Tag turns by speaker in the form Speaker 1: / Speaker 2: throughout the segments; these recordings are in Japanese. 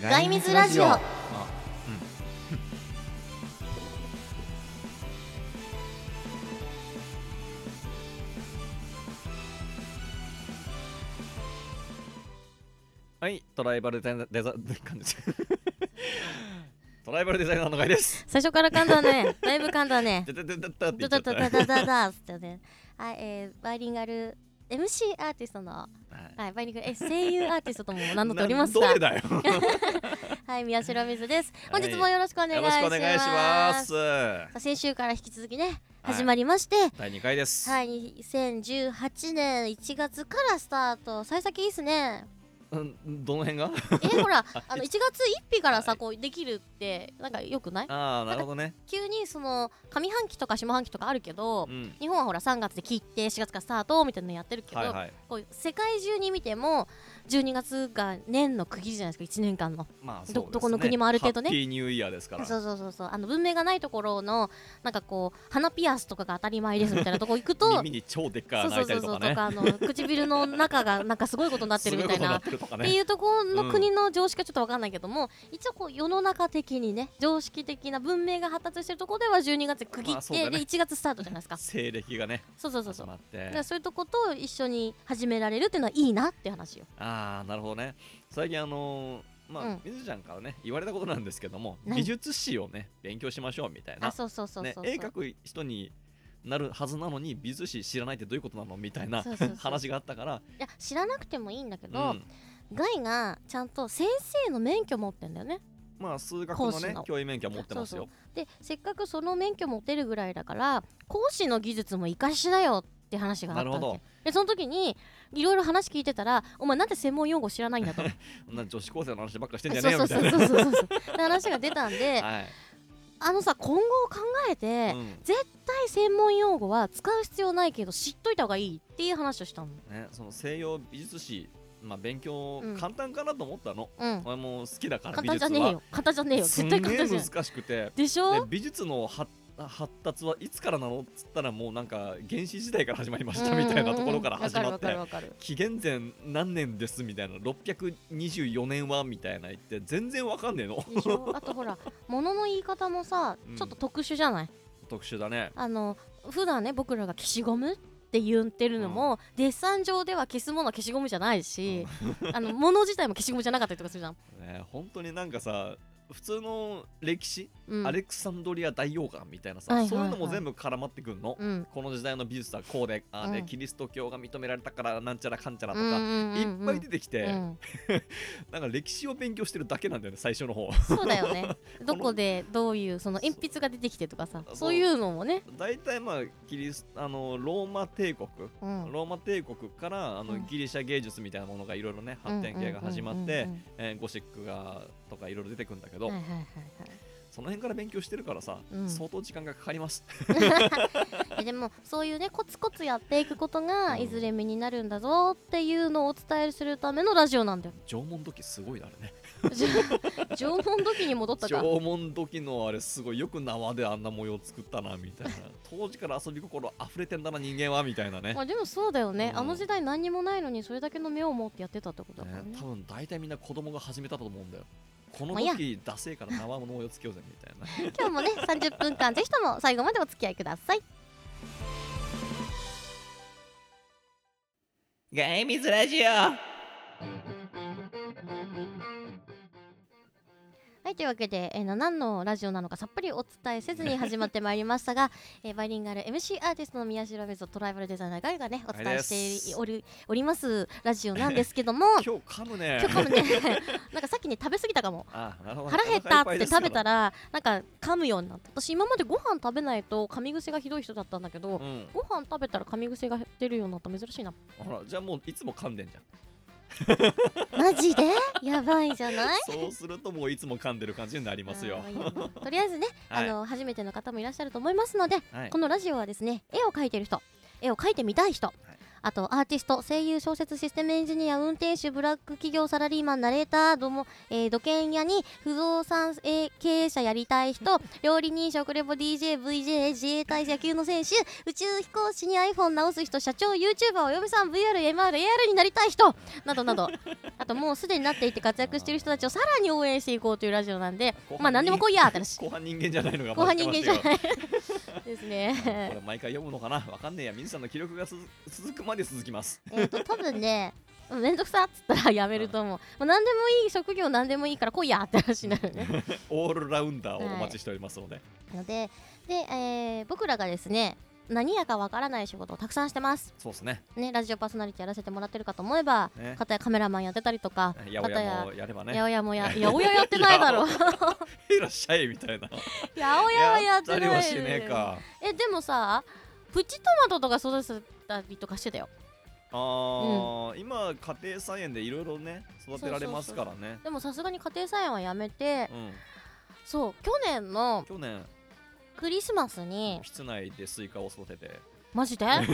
Speaker 1: ガイミズラジオ
Speaker 2: あ
Speaker 3: はい、トライバルデザイナーデザ噛んでるトライバルデザイナーの会です。
Speaker 1: 最初から噛んだ ね。だいぶ噛んだね。
Speaker 3: だだだだだって言
Speaker 1: ダ
Speaker 3: っちゃ
Speaker 1: ダ
Speaker 3: った
Speaker 1: ダダダダダ っつってね。はい、えー、バイリンガル MC アーティストの、
Speaker 3: はい
Speaker 1: はい、バイリンガルえ声優アーティストとも名乗っております
Speaker 3: な
Speaker 1: が
Speaker 3: どれ、だよ。
Speaker 1: はい、宮代水です。
Speaker 3: は
Speaker 1: 本
Speaker 3: い
Speaker 1: 日もよろしくお願いし
Speaker 3: よ
Speaker 1: ま
Speaker 3: ろし
Speaker 1: す。
Speaker 3: くお願いします。
Speaker 1: さあ先週から引き続きね、
Speaker 3: はい
Speaker 1: 始まりまして、
Speaker 3: 第二回です。
Speaker 1: はい、2018年1月からスタート、幸先いいっすね。
Speaker 3: うんどの辺が？
Speaker 1: え、ほ ら、あの1月1日から
Speaker 3: は
Speaker 1: さ、
Speaker 3: い
Speaker 1: こうできるって、なんかよくない
Speaker 3: ああ、なるほどね。
Speaker 1: 急にその上半期とか下半期とかあるけど、
Speaker 3: うん。
Speaker 1: 日本はほら3月で切って4月からスタートみたいなのやってるけど、
Speaker 3: はいはい。
Speaker 1: こう世界中に見ても12月が年の区切りじゃないですか1年間の
Speaker 3: まあそうです
Speaker 1: ど
Speaker 3: ね。
Speaker 1: どこの国もある程度ね
Speaker 3: ハッピーニューイヤーですから。
Speaker 1: そうそうそうそうあの文明がないところのなんかこう鼻ピアスとかが当たり前ですみたいなとこ行くと
Speaker 3: 耳に超でっか
Speaker 1: そ
Speaker 3: いう泣
Speaker 1: そう
Speaker 3: いたりと
Speaker 1: そうそ
Speaker 3: か
Speaker 1: うと
Speaker 3: ね。
Speaker 1: かあの唇の 中がなんかすごいことになってるみた
Speaker 3: す
Speaker 1: いな。
Speaker 3: ごことになってるとか
Speaker 1: って
Speaker 3: ね。
Speaker 1: いうところ
Speaker 3: う
Speaker 1: の
Speaker 3: ん
Speaker 1: 国の常識はちょっとわかんないけども、一応こう世の中的にね常識的な文明が発達してるところでは12月区切って、
Speaker 3: まあそうだね
Speaker 1: で1月スタートじゃないですか
Speaker 3: 西暦がね
Speaker 1: そうそうそう
Speaker 3: 始
Speaker 1: そう
Speaker 3: まっ
Speaker 1: だ
Speaker 3: て
Speaker 1: から。そういうとこと一緒に始められるっていうのはいいなって話よ
Speaker 3: ああ、なるほどね。最近あのー。まあ
Speaker 1: うん
Speaker 3: みずちゃんからね言われたことなんですけども
Speaker 1: 何
Speaker 3: 美術史をね勉強しましょうみたいな
Speaker 1: あそうそうそうそう
Speaker 3: ね
Speaker 1: そう、
Speaker 3: 絵描く人になるはずなのに美術史知らないってどういうことなのみたいな
Speaker 1: そうそうそう
Speaker 3: 話があったから、
Speaker 1: いや知らなくてもいいんだけ
Speaker 3: う
Speaker 1: ど、
Speaker 3: ん、
Speaker 1: ガイがちゃんと先生の免許持ってんだよね
Speaker 3: まあ数学
Speaker 1: 講
Speaker 3: の
Speaker 1: 師
Speaker 3: ね
Speaker 1: の
Speaker 3: 教員免許は持ってますよ
Speaker 1: そうでせっかくその免許持てるぐらいだから講師の技術も生かしなよって話があったわ
Speaker 3: なるほ
Speaker 1: け
Speaker 3: ど
Speaker 1: でその時にいろいろ話聞いてたらお前なんで専門用語知らない んだと
Speaker 3: そんな女子高生の話ばっかりしてんじゃね
Speaker 1: そ
Speaker 3: え
Speaker 1: う
Speaker 3: よ
Speaker 1: そう
Speaker 3: みた
Speaker 1: そ
Speaker 3: いうな
Speaker 1: そうそうそうって話が出たんで、
Speaker 3: はい
Speaker 1: あのさ今後を考えて、
Speaker 3: うん
Speaker 1: 対専門用語は使う必要ないけど知っといた方がいいっていう話をしたの
Speaker 3: ね、その西洋美術史、まあ、勉強
Speaker 1: うん
Speaker 3: 簡単かなと思ったの、
Speaker 1: うん
Speaker 3: 俺も好きだから
Speaker 1: 簡
Speaker 3: 美
Speaker 1: 単じゃ
Speaker 3: 術
Speaker 1: ねえ
Speaker 3: は
Speaker 1: よ簡単じゃねえよ
Speaker 3: す
Speaker 1: 絶
Speaker 3: ん
Speaker 1: 対
Speaker 3: げ
Speaker 1: 簡
Speaker 3: え
Speaker 1: 単じゃない
Speaker 3: 難しくて
Speaker 1: でし
Speaker 3: で
Speaker 1: ょ
Speaker 3: 美術の発発達はいつからなのっつったらもうなんか原始時代から始まりましたみたいなところから始まって
Speaker 1: うんうんうんわかるわかるわかる
Speaker 3: 紀元前何年ですみたいな624年はみたいな言って全然わかんねえの
Speaker 1: でしょあとほら物の言い方もさ
Speaker 3: うん
Speaker 1: ちょっと特殊じゃない、
Speaker 3: 特殊だね
Speaker 1: あの普段ね僕らが消しゴムって言ってるのも、デッサン上では消すものは消しゴムじゃないし、あの物自体も消しゴムじゃなかったりとかするじゃん、
Speaker 3: ね本当になんかさ普通の歴史、
Speaker 1: うん、
Speaker 3: アレクサンドリア大溶岩みたいなさ、
Speaker 1: はいはい
Speaker 3: そういうのも
Speaker 1: はい
Speaker 3: 全部絡まってくんの、
Speaker 1: うん
Speaker 3: この時代の美術はこうでああで、
Speaker 1: うん
Speaker 3: キリスト教が認められたからなんちゃらかんちゃらと
Speaker 1: うん
Speaker 3: か、
Speaker 1: うんうん
Speaker 3: いっぱい出てきて、
Speaker 1: うん
Speaker 3: なんか歴史を勉強してるだけなんだよね最初の方
Speaker 1: そうだよねどこでどういうその鉛筆が出てきてとかさ
Speaker 3: そう
Speaker 1: そういうのもね、
Speaker 3: 大体まあキリスあのローマ帝国
Speaker 1: うん、
Speaker 3: ローマ帝国からあの、
Speaker 1: うん
Speaker 3: ギリシャ芸術みたいなものがいろいろね発展系が始まって、
Speaker 1: うんうんうん
Speaker 3: えーゴシックがとかいろいろ出てくるんだけど、
Speaker 1: うんうんはいはい
Speaker 3: その辺から勉強してるからさ、
Speaker 1: うん
Speaker 3: 相当時間がかかります。
Speaker 1: はいはいえでもそういうねコツコツやっていくことが
Speaker 3: うん
Speaker 1: いずれ身になるんだぞっていうのをお伝えするためのラジオなんだよ
Speaker 3: 縄文土器すごいだあれね。
Speaker 1: じゃあ縄文土器に戻ったか
Speaker 3: 縄文土器のあれすごいよく縄であんな模様作ったなみたいな当時から遊び心溢れてんだな人間はみたいなね。
Speaker 1: まあでもそうだよね、
Speaker 3: うん
Speaker 1: あの時代何にもないのにそれだけの目を持ってやってたってことだから
Speaker 3: ね
Speaker 1: ね
Speaker 3: 多分大体みんな子供が始めたと思うんだよ。この
Speaker 1: まあいいや
Speaker 3: 時ダセえから縄の模様つけようぜみたいな。
Speaker 1: 今日もね30分間ぜひとも最後までお付き合いください
Speaker 2: ガイミズラジオ
Speaker 1: はいというわけで、えー、な何のラジオなのかさっぱりお伝えせずに始まってまいりまし たが、えーバイリンガル MC アーティストの宮代水トライバルデザイナーガイがねお伝えしておりおりますラジオなんですけ ども
Speaker 3: 今日噛むね。
Speaker 1: 今日かもねなんかさっきね食べ過ぎたかも
Speaker 3: あなるほど
Speaker 1: 腹減ったって食べた
Speaker 3: ら、
Speaker 1: らなんか噛むようになった私今までご飯食べないと噛み癖がひどい人だったんだけど、
Speaker 3: うん、
Speaker 1: ご飯食べたら噛み癖が出るようになった珍しいな
Speaker 3: ほらじゃあもういつも噛んでんじゃん。
Speaker 1: マジで やばいじゃない
Speaker 3: そう するともういつも噛んでる感じになりますよ
Speaker 1: あ。ーいいなとりあえずね、
Speaker 3: はい
Speaker 1: あの初めての方もいらっしゃると思いますので、
Speaker 3: はい
Speaker 1: このラジオはですね絵を描いてる人絵を描いてみたい人、あとアーティスト声優小説システムエンジニア運転手ブラック企業サラリーマンナレーターども、えー、土建屋に不動産えー経営者やりたい 人料理人食レポ DJVJ 自衛隊野球の選手宇宙飛行士に iPhone 直す人社長 YouTuber お嫁さん VRMRAR になりたい人などな どあともうすでになっていて活躍している人たちをさらに応援していこうというラジオなんで
Speaker 3: 後半
Speaker 1: まあ何でも来いやって話
Speaker 3: 後半人間じゃないのが
Speaker 1: 後半人間じゃないいですね
Speaker 3: これ毎回読むのかなわかんねえや水さんの記録が続続くまで続きます
Speaker 1: えっと多分ねうんめんどくさっつったらやめると思う、もう何でもいい職業何でもいいから来いやって話になる ね
Speaker 3: オールラウンダーをお待ちしておりますので、
Speaker 1: のでで、えー僕らがですね何やかわからない仕事をたくさんしてます
Speaker 3: そうですね
Speaker 1: ねラジオパーソナリティやらせてもらってるかと思えば、
Speaker 3: ね
Speaker 1: 片やカメラマンやってたりとか
Speaker 3: 八百
Speaker 1: 片
Speaker 3: 屋
Speaker 1: や
Speaker 3: もやれば
Speaker 1: 八
Speaker 3: ね
Speaker 1: 百屋もや八百屋やってない だろ
Speaker 3: いらっしゃいみたいな
Speaker 1: 八百屋はやって
Speaker 3: り
Speaker 1: な
Speaker 3: はいしねえか
Speaker 1: えでもさプチトマトとか育てたりとかしてたよ
Speaker 3: あー、今家庭菜園でいろいろね育てられますからね
Speaker 1: でもさすがに家庭菜園はやめて
Speaker 3: うん
Speaker 1: そう去年の
Speaker 3: 去年
Speaker 1: クリスマスに
Speaker 3: 室内でスイカを育て て
Speaker 1: マジでいや違う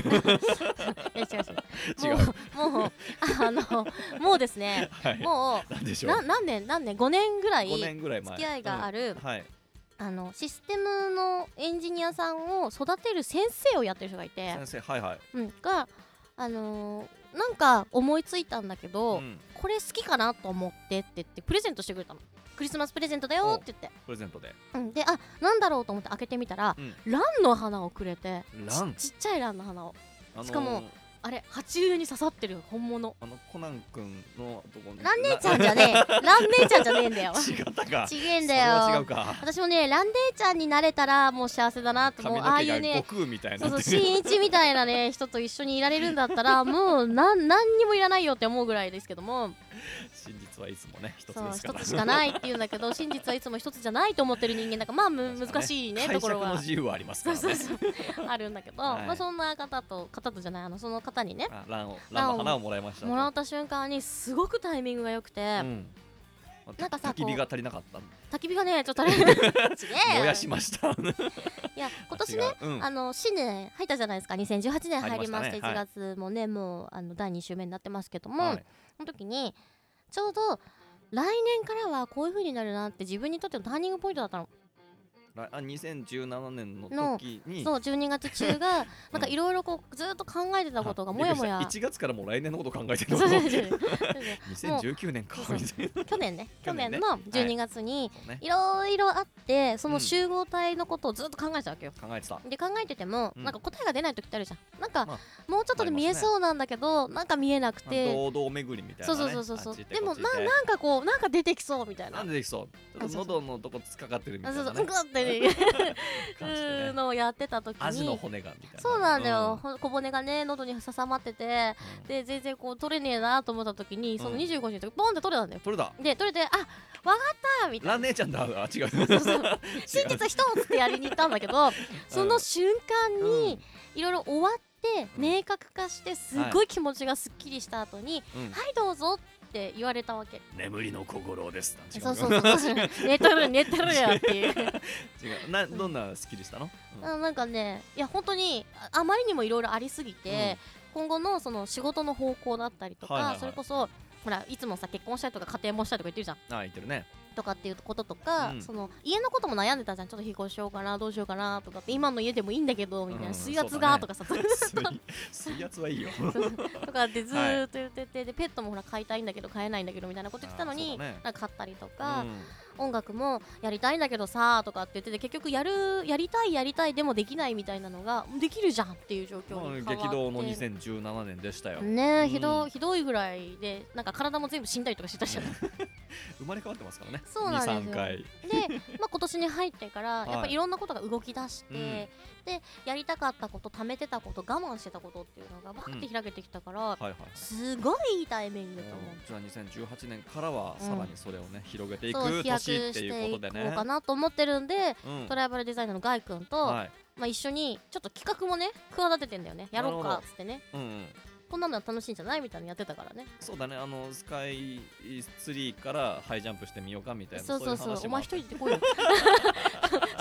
Speaker 1: 違
Speaker 3: 違
Speaker 1: う
Speaker 3: う
Speaker 1: もうもうあのもうですね
Speaker 3: はい
Speaker 1: も
Speaker 3: なんで
Speaker 1: う
Speaker 3: しょう
Speaker 1: な何年何年5年ぐらい
Speaker 3: 5年ぐらい前
Speaker 1: 付き合いがある
Speaker 3: うんはい
Speaker 1: あのシステムのエンジニアさんを育てる先生をやってる人がいて、
Speaker 3: 先生はいはい、
Speaker 1: うん、があのーなんか思いついたんだけど、
Speaker 3: うん
Speaker 1: これ好きかなと思ってって言ってプレゼントしてくれたのクリスマスプレゼントだよって言って、
Speaker 3: プレゼントで
Speaker 1: うん、であなんだろうと思って開けてみたら、
Speaker 3: う
Speaker 1: ランの花をくれて
Speaker 3: ラン
Speaker 1: ちちっちゃいランの花を
Speaker 3: あのー
Speaker 1: しかもあれ鉢植えに刺さってる本物
Speaker 3: あのコナン君のとこに
Speaker 1: ラン姉ちゃんじ ゃねえラン姉ちゃんじゃねえんだよ
Speaker 3: 違ったか
Speaker 1: ちげえん
Speaker 3: そ
Speaker 1: だ
Speaker 3: れは違う
Speaker 1: よ
Speaker 3: か
Speaker 1: 私もねラン姉ちゃんになれたらもう幸せだなと
Speaker 3: 髪
Speaker 1: 思う
Speaker 3: の
Speaker 1: ああ
Speaker 3: 毛
Speaker 1: い
Speaker 3: が
Speaker 1: うね
Speaker 3: 悟空みたいに
Speaker 1: そ
Speaker 3: な
Speaker 1: うそ
Speaker 3: って
Speaker 1: う
Speaker 3: る
Speaker 1: 新一みたいなね人と一緒にいられるんだったらもう なん何にもいらないよって思うぐらいですけども
Speaker 3: 真実はいつもね一つで
Speaker 1: そう
Speaker 3: すか
Speaker 1: 一
Speaker 3: ら
Speaker 1: つしかないっていうんだけど真実はいつも一つじゃないと思ってる人間だか らまあむ難しいねところ
Speaker 3: 解釈の
Speaker 1: は
Speaker 3: 自由はありますか
Speaker 1: そう
Speaker 3: ら
Speaker 1: そう
Speaker 3: ね
Speaker 1: そう あるんだけど、
Speaker 3: はい
Speaker 1: まあそんな方と方とじゃないあのその方にね
Speaker 3: あランをランの花をもらいましたと
Speaker 1: もらった瞬間にすごくタイミングが良くて、
Speaker 3: うん
Speaker 1: な
Speaker 3: なん
Speaker 1: かさ
Speaker 3: 焚き火が足りなかった
Speaker 1: 焚き火がねちょっとあれちげえよ
Speaker 3: 燃やしました 今
Speaker 1: いや今年ねあの新年入ったじゃないですか2018年入りまして
Speaker 3: 入りましたねはい
Speaker 1: 1月もねもうあの第2週目になってますけども、
Speaker 3: はい
Speaker 1: その時にちょうど来年からはこういう風になるなって自分にとってのターニングポイントだったの、
Speaker 3: あ2017年の時に
Speaker 1: そう12月 中がなんかいろいろこうずっと考えてたことがもやもや
Speaker 3: あびっくりした1月からもう来年のこと考えてる
Speaker 1: そう
Speaker 3: の
Speaker 1: そうそう そうもう
Speaker 3: 2019年か
Speaker 1: そう
Speaker 3: みたいな
Speaker 1: 去年ね去
Speaker 3: 去
Speaker 1: 年
Speaker 3: 年ね
Speaker 1: の12月に
Speaker 3: そうね
Speaker 1: いろいろあってその
Speaker 3: うん
Speaker 1: 集合体のことをずっと考えてたわけよ、
Speaker 3: 考えてた
Speaker 1: で考えてても、
Speaker 3: うん
Speaker 1: なんか答えが出ない時ってあるじゃんなんか、
Speaker 3: まあ
Speaker 1: もうちょっとで見えそうなんだけど、なんか見えなくて
Speaker 3: 堂々巡りみたい
Speaker 1: そ
Speaker 3: な
Speaker 1: う
Speaker 3: ね
Speaker 1: そうそうそうそ
Speaker 3: あっ
Speaker 1: う
Speaker 3: ち行って
Speaker 1: で
Speaker 3: こ
Speaker 1: も
Speaker 3: っち行
Speaker 1: な
Speaker 3: って
Speaker 1: なんかこうなんか出てきそうみたいな
Speaker 3: なんでできそうちょっと喉のとこつっかかってるみた
Speaker 1: あ
Speaker 3: い
Speaker 1: そうそ
Speaker 3: な
Speaker 1: ううん
Speaker 3: ね
Speaker 1: こっていう
Speaker 3: 感じでね
Speaker 1: のをやってた時
Speaker 3: アジの
Speaker 1: に
Speaker 3: 骨がみたいな
Speaker 1: そうなんだよ、ほ小骨がね喉に挟まってて
Speaker 3: うん
Speaker 1: で全然こう取れねえなと思った時にその
Speaker 3: うん
Speaker 1: 25日の時ボンって取れたんだよ
Speaker 3: それだ
Speaker 1: で取れてあわかったみた
Speaker 3: ラ
Speaker 1: い
Speaker 3: ン
Speaker 1: な
Speaker 3: 姉ちゃんだあ違う
Speaker 1: そうそう真実一つってやりに行ったんだけどその瞬間に、いろいろ終わって
Speaker 3: うん
Speaker 1: 明確化してすごい気持ちがすっきりした後に
Speaker 3: うんうん
Speaker 1: 「はいどうぞ」って言われたわけ
Speaker 3: 眠りの小五郎です違
Speaker 1: そうそうそうそう寝とる寝とるやっていう
Speaker 3: 違うなどんなスッキリしたのうん
Speaker 1: あなんかねいや本当にああまりにもいろいろありすぎて、今後のその仕事の方向だったりとか、
Speaker 3: はいはいはい
Speaker 1: それこそほらいつもさ結婚したりとか家庭もしたりとか言ってるじゃん
Speaker 3: あ言ってるね
Speaker 1: とかっていうこととか、
Speaker 3: うん
Speaker 1: その家のことも悩んでたじゃんちょっと引っ越しようかなどうしようかなとかって今の家でもいいんだけどみたいな、
Speaker 3: うん
Speaker 1: 水圧
Speaker 3: そうだ
Speaker 1: が
Speaker 3: ね
Speaker 1: とかさ、
Speaker 3: 水水圧はいい よ
Speaker 1: とかってずーっと言ってて、でペットもほら飼いたいんだけど飼えないんだけどみたいなこと言ってたの
Speaker 3: あ
Speaker 1: に、
Speaker 3: ーそうだね
Speaker 1: なんか飼ったりと
Speaker 3: う
Speaker 1: か、
Speaker 3: ん
Speaker 1: 音楽もやりたいんだけどさーとかって言ってて結局やるやりたいやりたいでもできないみたいなのができるじゃんっていう状況
Speaker 3: まあ
Speaker 1: に変わって、
Speaker 3: 激動の2017年でしたよ
Speaker 1: ねえ、ひ
Speaker 3: う
Speaker 1: ど
Speaker 3: ん
Speaker 1: ひどいぐらいでなんか体も全部死んだりとかしてたじゃんで、
Speaker 3: 生まれ変わってますからね
Speaker 1: そうなんです
Speaker 3: 23
Speaker 1: よ
Speaker 3: 回
Speaker 1: まあ、今年に入ってから
Speaker 3: はい
Speaker 1: やっぱいろんなことが動き出して、
Speaker 3: うん
Speaker 1: でやりたかったこと貯めてたこと我慢してたことっていうのがバーって開けてきたから、
Speaker 3: はいはい
Speaker 1: すごいいいタイミングだと思う。
Speaker 3: じゃあ2018年からはさらにそれをね広げてい
Speaker 1: そう
Speaker 3: く
Speaker 1: 飛躍
Speaker 3: 年
Speaker 1: し
Speaker 3: ってて
Speaker 1: い
Speaker 3: いうことで
Speaker 1: こう
Speaker 3: ね
Speaker 1: かなと思ってるんで、
Speaker 3: うん
Speaker 1: トライバルデザイナーのガイ君と、
Speaker 3: はい
Speaker 1: まあ、一緒にちょっと企画もね企ててんだよねやろう
Speaker 3: な
Speaker 1: か
Speaker 3: るほ
Speaker 1: っつってね
Speaker 3: うんうん
Speaker 1: こんなのは楽しいんじゃないみたいなのやってたからね
Speaker 3: そうだねあのスカイツリーからハイジャンプしてみようかみたいな
Speaker 1: そうそうそう
Speaker 3: い話
Speaker 1: お
Speaker 3: もあ
Speaker 1: 前
Speaker 3: っ
Speaker 1: 一人で来いよ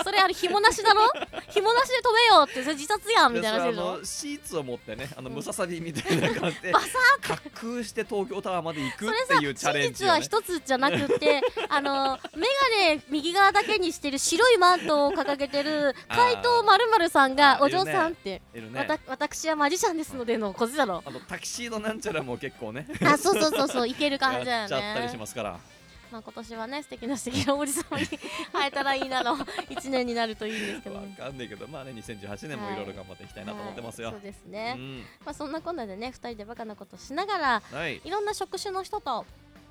Speaker 1: それあれ紐なしだろ紐なしで止めようってそれ自殺やんみたいな話
Speaker 3: でそ
Speaker 1: でし
Speaker 3: れあ
Speaker 1: ょ
Speaker 3: のシーツを持ってねあの
Speaker 1: うん
Speaker 3: ムササビみたいな感 じで
Speaker 1: バサ
Speaker 3: 滑空して東京タワーまで行くっ
Speaker 1: それ
Speaker 3: ていうチャ
Speaker 1: さ
Speaker 3: レ
Speaker 1: 真
Speaker 3: ンジ
Speaker 1: 実
Speaker 3: を
Speaker 1: は
Speaker 3: ね
Speaker 1: 一つじゃなく てあの眼鏡右側だけにしてる白いマントを掲げてる
Speaker 3: あー
Speaker 1: 怪盗まるさんが
Speaker 3: あー
Speaker 1: お嬢さんって、
Speaker 3: いる
Speaker 1: わ
Speaker 3: ね
Speaker 1: た私はマジシャンですのでのこじだろ
Speaker 3: あとタキシードなんちゃらも結構ね
Speaker 1: あそうそうそうそういける感じだ
Speaker 3: や
Speaker 1: よ
Speaker 3: っちゃったりし
Speaker 1: ね
Speaker 3: ますから
Speaker 1: まあ今年はね素敵な素敵なおじさんに会えたらいい なの一年になるといいんですけど
Speaker 3: わ
Speaker 1: ね
Speaker 3: かんないけどまあね2018年もいろいろ頑張っていきたいなと思ってます
Speaker 1: は
Speaker 3: よ
Speaker 1: いそうです
Speaker 3: う
Speaker 1: ね、
Speaker 3: ん
Speaker 1: まあそんなこんなでね二人でバカなことしながら
Speaker 3: はい
Speaker 1: いろんな職種の人と、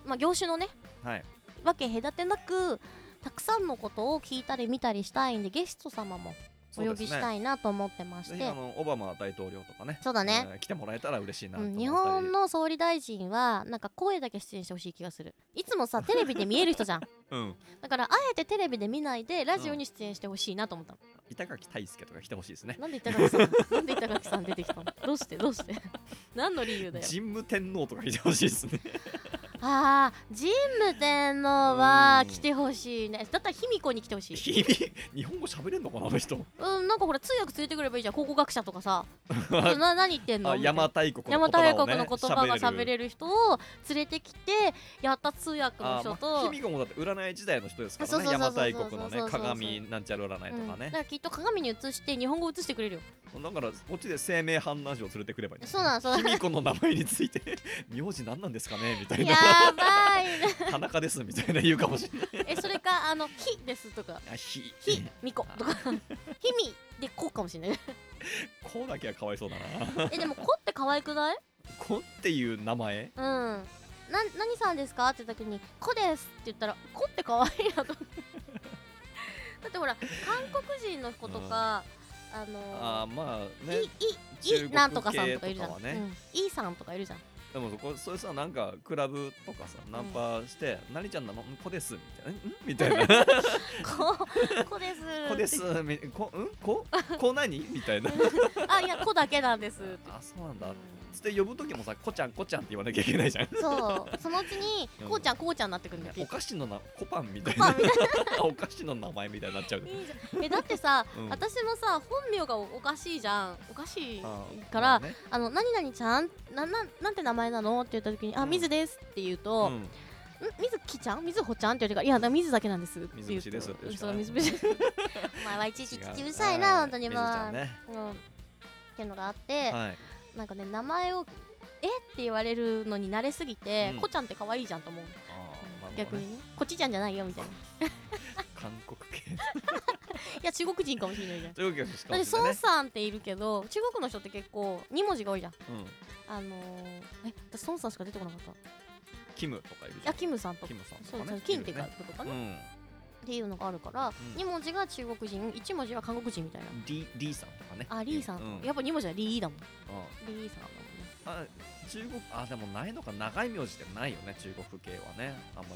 Speaker 1: まあ、業種のね
Speaker 3: はい
Speaker 1: わけ隔てなくたくさんのことを聞いたり見たりしたいんでゲスト様もお呼びした
Speaker 3: い
Speaker 1: いなと思ってまして
Speaker 3: ぜひあのオバマ大統領とかね
Speaker 1: そうだね
Speaker 3: えー来てもらえたら嬉しいなと
Speaker 1: う
Speaker 3: 思っ
Speaker 1: ん、
Speaker 3: たり
Speaker 1: 日本の総理大臣はなんか声だけ出演してほしい気がするい つもさテレビで見える人じゃん
Speaker 3: うん
Speaker 1: だからあえてテレビで見ないでラジオに出演してほしいなと思ったの、
Speaker 3: 板垣大輔とか来てほしいですね
Speaker 1: なんで板垣 さんなんで板垣さん出てきたのどうしてどうして 何の理由だよ
Speaker 3: 神武天皇とか来てほしいです ね
Speaker 1: あー神武天皇は来てほしいねだったら卑弥呼に来てほしい
Speaker 3: 君日本語喋れんのかなあの 人
Speaker 1: うんなんかほら通訳連れてくればいいじゃん考古学者とかさな何言ってんの
Speaker 3: あ
Speaker 1: みた
Speaker 3: 邪
Speaker 1: いな
Speaker 3: 馬台国
Speaker 1: 邪
Speaker 3: の
Speaker 1: 馬
Speaker 3: 言葉をね
Speaker 1: 台国の言葉が喋
Speaker 3: る
Speaker 1: れる人を連れてきてやった通訳の
Speaker 3: あ
Speaker 1: 人
Speaker 3: まあ
Speaker 1: と
Speaker 3: 卑弥呼もだって占い時代の人ですか
Speaker 1: そ
Speaker 3: らね
Speaker 1: うそうそうそ
Speaker 3: 邪馬台
Speaker 1: う
Speaker 3: 国の
Speaker 1: そうそうそう
Speaker 3: ね鏡なんちゃら占いとか
Speaker 1: うんだ
Speaker 3: ね
Speaker 1: からきっと鏡に映して日本語映してくれるよ
Speaker 3: だからこっちで生命判断書を連れてくればいいんです
Speaker 1: そうなんそ うなん
Speaker 3: 卑弥呼の名前について 名字何なんですかねみたい
Speaker 1: や
Speaker 3: な
Speaker 1: ばいな
Speaker 3: 田中ですみたいな言うかもしれない
Speaker 1: えそれかあの「ひ」ですとか
Speaker 3: あひ
Speaker 1: 「 ひ」「みこ」 とか「ひみ」でこうかもしれない
Speaker 3: こうだけはかわいそうだな
Speaker 1: えでも「こ」って可愛くない
Speaker 3: こっていう名前
Speaker 1: うんな何さんですかって言った時に「こです」って言ったら「こ」って可愛いなと思ってだってほら韓国人の子とか、あの
Speaker 3: あーまあね
Speaker 1: いい
Speaker 3: 中
Speaker 1: い
Speaker 3: 国
Speaker 1: なんとかさんとかいるじゃ
Speaker 3: 系と
Speaker 1: ん、
Speaker 3: かはね
Speaker 1: うん、いいさんとかいるじゃん
Speaker 3: でもそこそれさなんかクラブとかさナンパして「何ちゃんなのんこです」みたいな「んんみたいな
Speaker 1: こ こです
Speaker 3: 「こです」みこん ここ何みたいな
Speaker 1: あいやこだけなんです
Speaker 3: あそうなんだつって呼ぶ時もさ「こちゃんこちゃん」って言わなきゃいけないじゃん
Speaker 1: そうそのうちに
Speaker 3: うん
Speaker 1: こうちゃんこうちゃんになってくるんだよき
Speaker 3: お
Speaker 1: っと
Speaker 3: 菓子のなコパンみたい
Speaker 1: パン
Speaker 3: な
Speaker 1: み
Speaker 3: お菓子の名前みたいになっちゃう
Speaker 1: いいじゃんえだってさ、
Speaker 3: うん
Speaker 1: 私もさ本名がおおかしいじゃんおかしい
Speaker 3: あー
Speaker 1: からあ,、
Speaker 3: まあね
Speaker 1: の何々ちゃんなななんて名前なのって言った時に「あ
Speaker 3: うん
Speaker 1: 水です」って言う
Speaker 3: う
Speaker 1: と「ん
Speaker 3: ん
Speaker 1: 水木ちゃん水穂ちゃん」って言われるから「いやだから水だけなんです」って言うと
Speaker 3: 水虫ですって言うしか
Speaker 1: そ
Speaker 3: な
Speaker 1: う
Speaker 3: い
Speaker 1: 水虫 お前はいちいち
Speaker 3: 違
Speaker 1: 口うるさいな本当に
Speaker 3: 水
Speaker 1: もう、
Speaker 3: ちゃんね
Speaker 1: うん、っていうのがあって、
Speaker 3: はい
Speaker 1: なんかね名前をえって言われるのに慣れすぎて、
Speaker 3: うん
Speaker 1: こちゃんって可愛いじゃんと思う、
Speaker 3: あーまあ
Speaker 1: 逆
Speaker 3: まあね
Speaker 1: にねこっちじゃんじゃないよみたいな
Speaker 3: 韓国系
Speaker 1: いや中国人かもしれないじゃん
Speaker 3: というわけですか
Speaker 1: だっ
Speaker 3: も
Speaker 1: て
Speaker 3: しれないね
Speaker 1: 孫さんっているけど中国の人って結構2文字が多いじゃん
Speaker 3: うん
Speaker 1: あのー、え私孫さんしか出てこなかったい
Speaker 3: キムとかいるじゃ
Speaker 1: や
Speaker 3: ん
Speaker 1: キムさんとか
Speaker 3: キムさん
Speaker 1: そ
Speaker 3: と
Speaker 1: う
Speaker 3: か
Speaker 1: そう
Speaker 3: ね
Speaker 1: 金って書
Speaker 3: いる
Speaker 1: く
Speaker 3: ね
Speaker 1: とか
Speaker 3: う
Speaker 1: ね、
Speaker 3: ん
Speaker 1: っていうのがあるから、
Speaker 3: うん
Speaker 1: 二2文字が中国人1文字は韓国人みたいな
Speaker 3: D, D さんとかね
Speaker 1: あリーさんと
Speaker 3: う
Speaker 1: か、
Speaker 3: ん
Speaker 1: やっぱ2文字はリーだもん
Speaker 3: うん
Speaker 1: リーさんだもんね
Speaker 3: あ中国あでもないのか長い名字ってないよね中国系はねあんま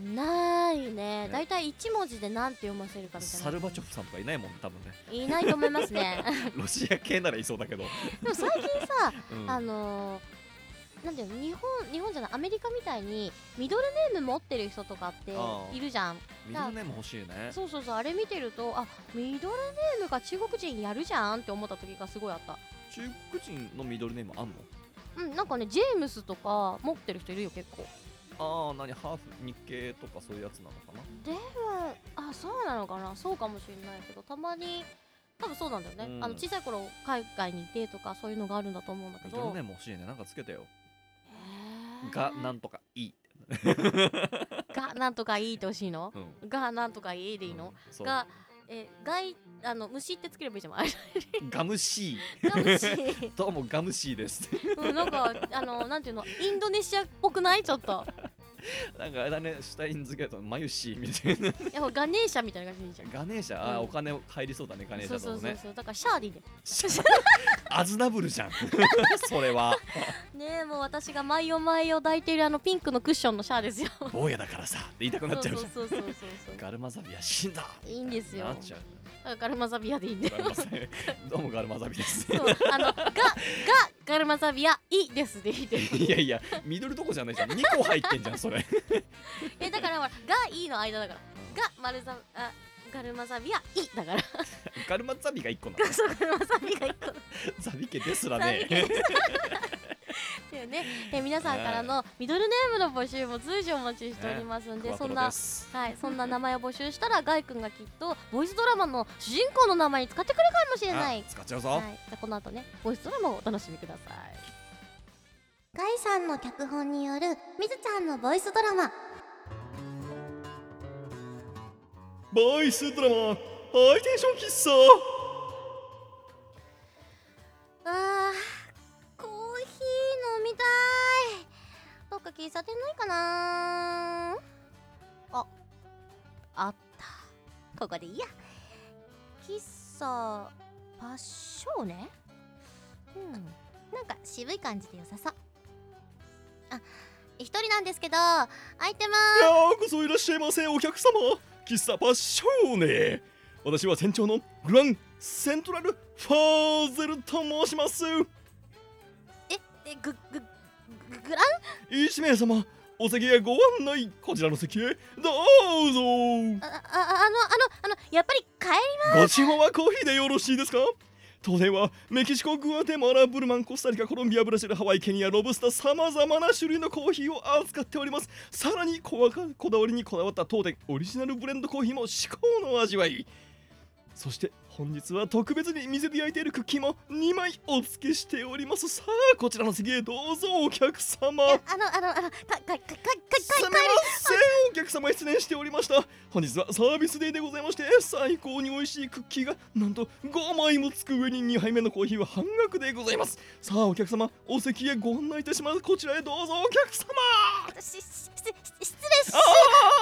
Speaker 3: りね
Speaker 1: ないね
Speaker 3: ね
Speaker 1: だいたい1文字で何て読ませるかみたいな
Speaker 3: サルバチョフさんとかいないもんね多分ね
Speaker 1: いないと思いますね
Speaker 3: ロシア系ならいそうだけど、
Speaker 1: でも最 近さ
Speaker 3: うん
Speaker 1: あのー、なんていうの日本日本じゃないアメリカみたいにミドルネーム持ってる人とかって
Speaker 3: ああ
Speaker 1: いるじゃん
Speaker 3: ミドルネーム欲しいね
Speaker 1: そうそうそうあれ見てるとあミドルネームが中国人やるじゃんって思った時がすごいあった
Speaker 3: 中国人のミドルネームあんの
Speaker 1: うんなんかねジェームスとか持ってる人いるよ結構
Speaker 3: ああ何ハーフ日系とかそういうやつなのかな
Speaker 1: でもあそうなのかなそうかもしれないけどたまに多分そうなんだよね、
Speaker 3: うん
Speaker 1: あの小さい頃海外にいてとかそういうのがあるんだと思うんだけ
Speaker 3: ミドル
Speaker 1: ど
Speaker 3: ネーム欲しいねなんかつけてよ
Speaker 1: へー
Speaker 3: がなんとかいい、
Speaker 1: がなんとかいいってほしいの
Speaker 3: うん、
Speaker 1: がなんとかいいでいい
Speaker 3: う
Speaker 1: の、
Speaker 3: んそう
Speaker 1: が、えー、外あの虫ってつければいいじゃん。あれ
Speaker 3: ガムシ
Speaker 1: が虫
Speaker 3: ーどうもガムシーです
Speaker 1: うん、なんかあのなんていうのインドネシアっぽくないちょっと。
Speaker 3: なんかあれだねシュタインズゲートのマユシーみたいな
Speaker 1: やっぱガネーシャみたいな感じでいいじゃん。
Speaker 3: ガネーシャあー、
Speaker 1: うん
Speaker 3: お金入りそうだねガネーシ
Speaker 1: そう
Speaker 3: ャだ
Speaker 1: そ
Speaker 3: と
Speaker 1: うそう
Speaker 3: ね
Speaker 1: そうだからシャーでいいね。
Speaker 3: アズナブルじ ゃんそれは
Speaker 1: ねえもう私が毎夜毎夜抱いているあのピンクのクッションのシャーですよ。
Speaker 3: 坊やだからさって言いたく
Speaker 1: そう
Speaker 3: なっち
Speaker 1: そ
Speaker 3: ゃう
Speaker 1: う
Speaker 3: じゃん
Speaker 1: そうそうそうそう。
Speaker 3: ガルマザビは死んだ
Speaker 1: いいんですよ
Speaker 3: なっちゃう
Speaker 1: だからガルマザビアでいいんだ
Speaker 3: ガ
Speaker 1: よ。
Speaker 3: ルマザビどうもガルマザビです
Speaker 1: そうあのががガルマザビアいいですでいいで。
Speaker 3: いやいやミドルどこじゃないじゃん2個入ってんじゃんそれ
Speaker 1: えだからほらがいいの間だからが丸ざあカルマザビは「い」だから
Speaker 3: ガルマザビが1個なの
Speaker 1: そうカルマザビが一個
Speaker 3: ザビ家ですら
Speaker 1: ザビ家
Speaker 3: ね
Speaker 1: だよねえ皆さんからのミドルネームの募集も随時お待ちしておりますんで、
Speaker 3: クワ
Speaker 1: そ
Speaker 3: ト
Speaker 1: ん
Speaker 3: ロ
Speaker 1: な
Speaker 3: です
Speaker 1: はい、そんな名前を募集したらガイ君がきっとボイスドラマの主人公の名前に使ってくるかもしれない
Speaker 3: あ使っちゃうぞ、
Speaker 1: はい、じゃあこの後ねボイスドラマをお楽しみくださいガイさんの脚本によるみずちゃんのボイスドラマ
Speaker 3: ボイスドラマハイテンション喫
Speaker 1: あーコーヒー飲みたいどっか喫茶店ないかなああったここでいいや喫茶パッションねうんなんか渋い感じで良さそうあ一人なんですけど空いてま
Speaker 3: 茶ようこそいらっしゃいませお客様喫茶パッショーネ私は店長のグランセントラルファーゼルと申します
Speaker 1: すええぐぐぐグラン
Speaker 3: 一名様お席へご案内こちらの席へどうぞ
Speaker 1: ああああのあのあのやっぱり帰り
Speaker 3: ご注文はコーヒーでよろしいですか当店はメキシコ、グアテマラ、ブルマン、コスタリカ、コロンビア、ブラジル、ハワイ、ケニア、ロブスター、さまざまな種類のコーヒーを扱っております。さらにこわかこだわりにこだわった当店オリジナルブレンドコーヒーも至高の味わい。そして本日は特別に店で焼いているクッキーも2枚お付けしております。さあ、こちらの席へどうぞお客様。
Speaker 1: あのあのあのかかかかか
Speaker 3: すみ
Speaker 1: か
Speaker 3: ませんお客様失念しておりました本日はサービスデーでございまして最高に美味しいクッキーがなんと5枚もつく上に2杯目のコーヒーは半額でございますさあお客様お席へご案内いたしますこちらへどうぞお客様
Speaker 1: ししし失礼し
Speaker 3: あ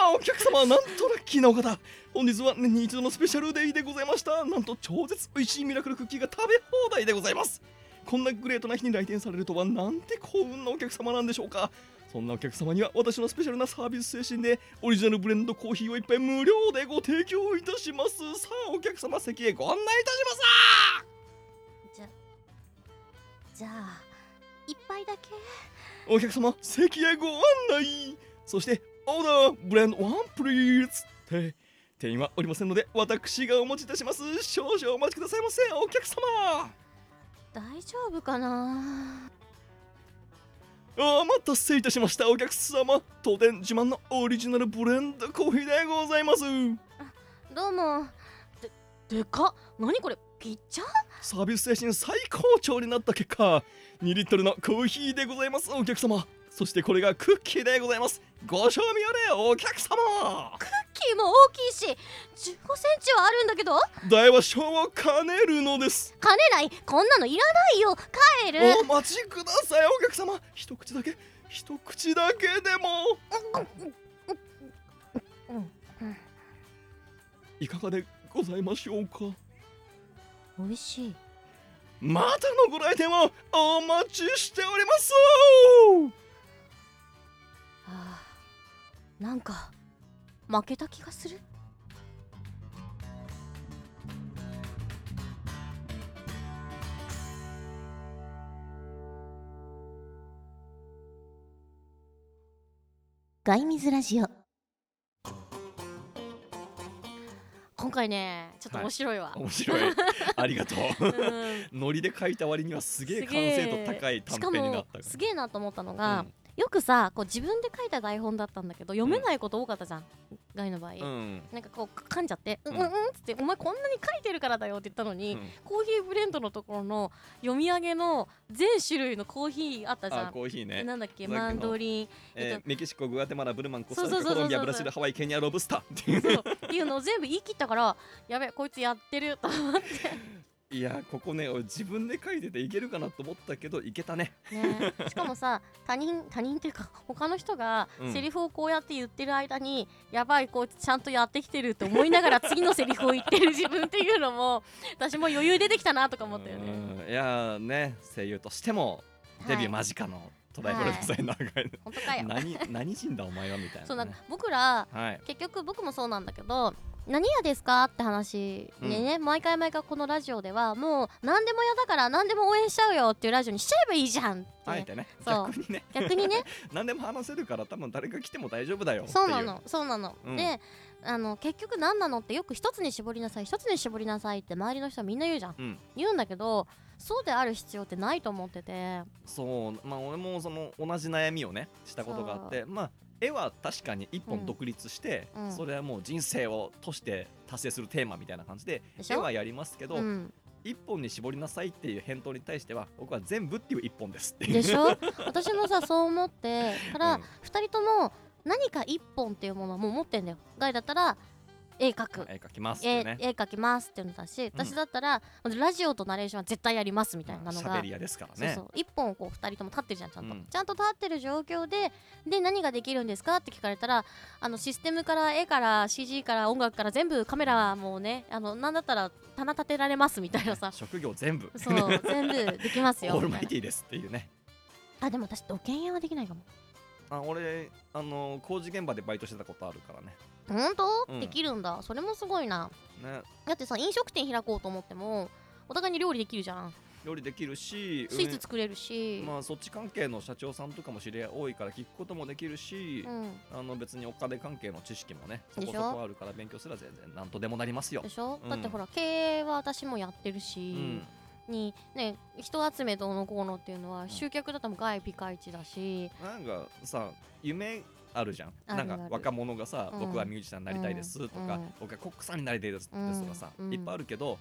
Speaker 3: あお客様なんとラッキーなお方本日は年に一度のスペシャルデイでございましたなんと超絶美味しいミラクルクッキーが食べ放題でございますこんなグレートな日に来店されるとはなんて幸運なお客様なんでしょうかそんなお客様には私のスペシャルなサービス精神でオリジナルブレンドコーヒーをいっぱい無料でご提供いたしますさあお客様席へご案内いたします
Speaker 1: じゃじゃあ一杯だけ
Speaker 3: お客様席へご案内そしてオーダーブレンドワンプリーズって店員はおりませんので私がお持ちいたします少々お待ちくださいませお客様
Speaker 1: 大丈夫かな
Speaker 3: お待たせいたしましたお客様当店自慢のオリジナルブレンドコーヒーでございます
Speaker 1: どうもででかっ何これピッチャー
Speaker 3: サービス精神最高潮になった結果2リットルのコーヒーでございますお客様そしてこれがクッキーでございますご賞味あれお客様
Speaker 1: キーも大きいし1 5センチはあるんだけど
Speaker 3: 大は賞を兼ねるのです
Speaker 1: 兼ねないこんなのいらないよ帰る
Speaker 3: お待ちくださいお客様一口だけ一口だけでもいかがでございましょうか
Speaker 1: 美味しい
Speaker 3: またのご来店をお待ちしております
Speaker 1: あーなんか負けた気がするガイミズラジオ今回ねちょっと面白いわ、
Speaker 3: 面白いありがとう
Speaker 1: うん
Speaker 3: ノリで書いた割には すげえ
Speaker 1: す
Speaker 3: 完
Speaker 1: げえ
Speaker 3: 成度高い短編になった
Speaker 1: しかもすげえなと思ったのが、
Speaker 3: うん
Speaker 1: よくさこう自分で書いた台本だったんだけど読めないこと多かったじゃん、ガイの場合、
Speaker 3: うん
Speaker 1: なんかこう噛んじゃって「う
Speaker 3: うんん
Speaker 1: うんうん」っつって「お前こんなに書いてるからだよ」って言ったの
Speaker 3: う
Speaker 1: に、
Speaker 3: ん
Speaker 1: コーヒーブレンドのところの読み上げの全種類のコーヒーあったじゃ
Speaker 3: あ
Speaker 1: ん。
Speaker 3: コーヒーね、
Speaker 1: なんだっけ
Speaker 3: さっきの
Speaker 1: マン ドリン
Speaker 3: えー
Speaker 1: えっ
Speaker 3: メキシコグアテマラブルマンコスタリカ
Speaker 1: そうそうそうそう
Speaker 3: コロンビアブラジルハワイケニアロブスターっていう
Speaker 1: そうっていうのを全部言い切ったからやべえこいつやってると思って
Speaker 3: いやここね俺自分で書いてていけるかなと思ったけどいけたね
Speaker 1: ねしかもさ他人他人っていうか他の人が
Speaker 3: うん
Speaker 1: セリフをこうやって言ってる間に、やばいこいつちゃんとやってきてるって思いなが ら次のセリフを言ってる自分っていうのも私も余裕出てきたなとか思ったよね。
Speaker 3: うんいやーね声優としてもデビュー
Speaker 1: はい
Speaker 3: 間近のトライブルデザイナーが、
Speaker 1: 本当かよ
Speaker 3: 何何人だお前はみたいな、ね、
Speaker 1: そうなんか僕ら
Speaker 3: はい
Speaker 1: 結局僕もそうなんだけど何屋ですかって話でね、毎回毎回このラジオではもう何でも嫌だから何でも応援しちゃうよっていうラジオにしちゃえばいいじゃんって、
Speaker 3: あえてね
Speaker 1: そう
Speaker 3: 逆にね
Speaker 1: 逆にね
Speaker 3: 何でも話せるから多分誰が来ても大丈夫だよっていう
Speaker 1: そうなのそうなの、
Speaker 3: うん
Speaker 1: であの結局何なのってよく一つに絞りなさい一つに絞りなさいって周りの人はみんな言うじゃん、
Speaker 3: うん
Speaker 1: 言うんだけどそうである必要ってないと思ってて
Speaker 3: そうまあ俺もその同じ悩みをねしたことがあってまあ絵は確かに一
Speaker 1: うん
Speaker 3: 本独立して、
Speaker 1: うん
Speaker 3: それはもう人生をとして達成するテーマみたいな感じで
Speaker 1: でし
Speaker 3: 絵
Speaker 1: ょ
Speaker 3: はやりますけど、
Speaker 1: うん、
Speaker 3: 一本に絞りなさいっていう返答に対しては僕は全部っていう一本ですっていう
Speaker 1: で しょ私もさそう思ってから、
Speaker 3: うん
Speaker 1: 二人とも何か一本っていうものはもう持ってんだよガイだったら絵描く
Speaker 3: 絵描きますってい
Speaker 1: 絵
Speaker 3: うね
Speaker 1: 絵描きますっていうのだし
Speaker 3: うん
Speaker 1: 私だったら、ラジオとナレーションは絶対やりますみたいなのが
Speaker 3: 喋り屋ですから
Speaker 1: そう
Speaker 3: ね
Speaker 1: そう一本こう二人とも立ってるじゃんちゃんと、
Speaker 3: うん
Speaker 1: ちゃんと立ってる状況でで何ができるんですかって聞かれたらあのシステムから絵から CG から音楽から全部カメラもねあのなんだったら棚立てられますみた いなさ
Speaker 3: 職業全部
Speaker 1: そう全部できま すよ
Speaker 3: オール
Speaker 1: み
Speaker 3: マ
Speaker 1: たい
Speaker 3: イ
Speaker 1: な
Speaker 3: ティーですっていうね
Speaker 1: あでも私土建屋はできないかも
Speaker 3: あ俺あの工事現場でバイトしてたことあるからね
Speaker 1: 本当、
Speaker 3: うん
Speaker 1: できるんだそれもすごいな
Speaker 3: ね
Speaker 1: だってさ飲食店開こうと思ってもお互いに料理できるじゃん
Speaker 3: 料理できるし
Speaker 1: スイーツ作れるし、
Speaker 3: まあそっち関係の社長さんとかも知り合い多いから聞くこともできるし、
Speaker 1: うん
Speaker 3: あの別にお金関係の知識もねそ
Speaker 1: で
Speaker 3: こ
Speaker 1: しょ
Speaker 3: そこあるから勉強すら全然なんとでもなりますよ
Speaker 1: で。しょ、
Speaker 3: うん
Speaker 1: だってほら経営は私もやってる
Speaker 3: う
Speaker 1: し、
Speaker 3: ん、
Speaker 1: にね人集めどうのこうのっていうのは
Speaker 3: ん
Speaker 1: 集客だとも外ピカイチだし、
Speaker 3: なんかさ夢あるじゃん
Speaker 1: あるある
Speaker 3: なんか若者がさ、
Speaker 1: うん
Speaker 3: 僕はミュージシャンになりたいですとか、
Speaker 1: うん
Speaker 3: 僕はコックさんになりたいです
Speaker 1: うん
Speaker 3: とかさ、
Speaker 1: うん
Speaker 3: いっぱいあるけど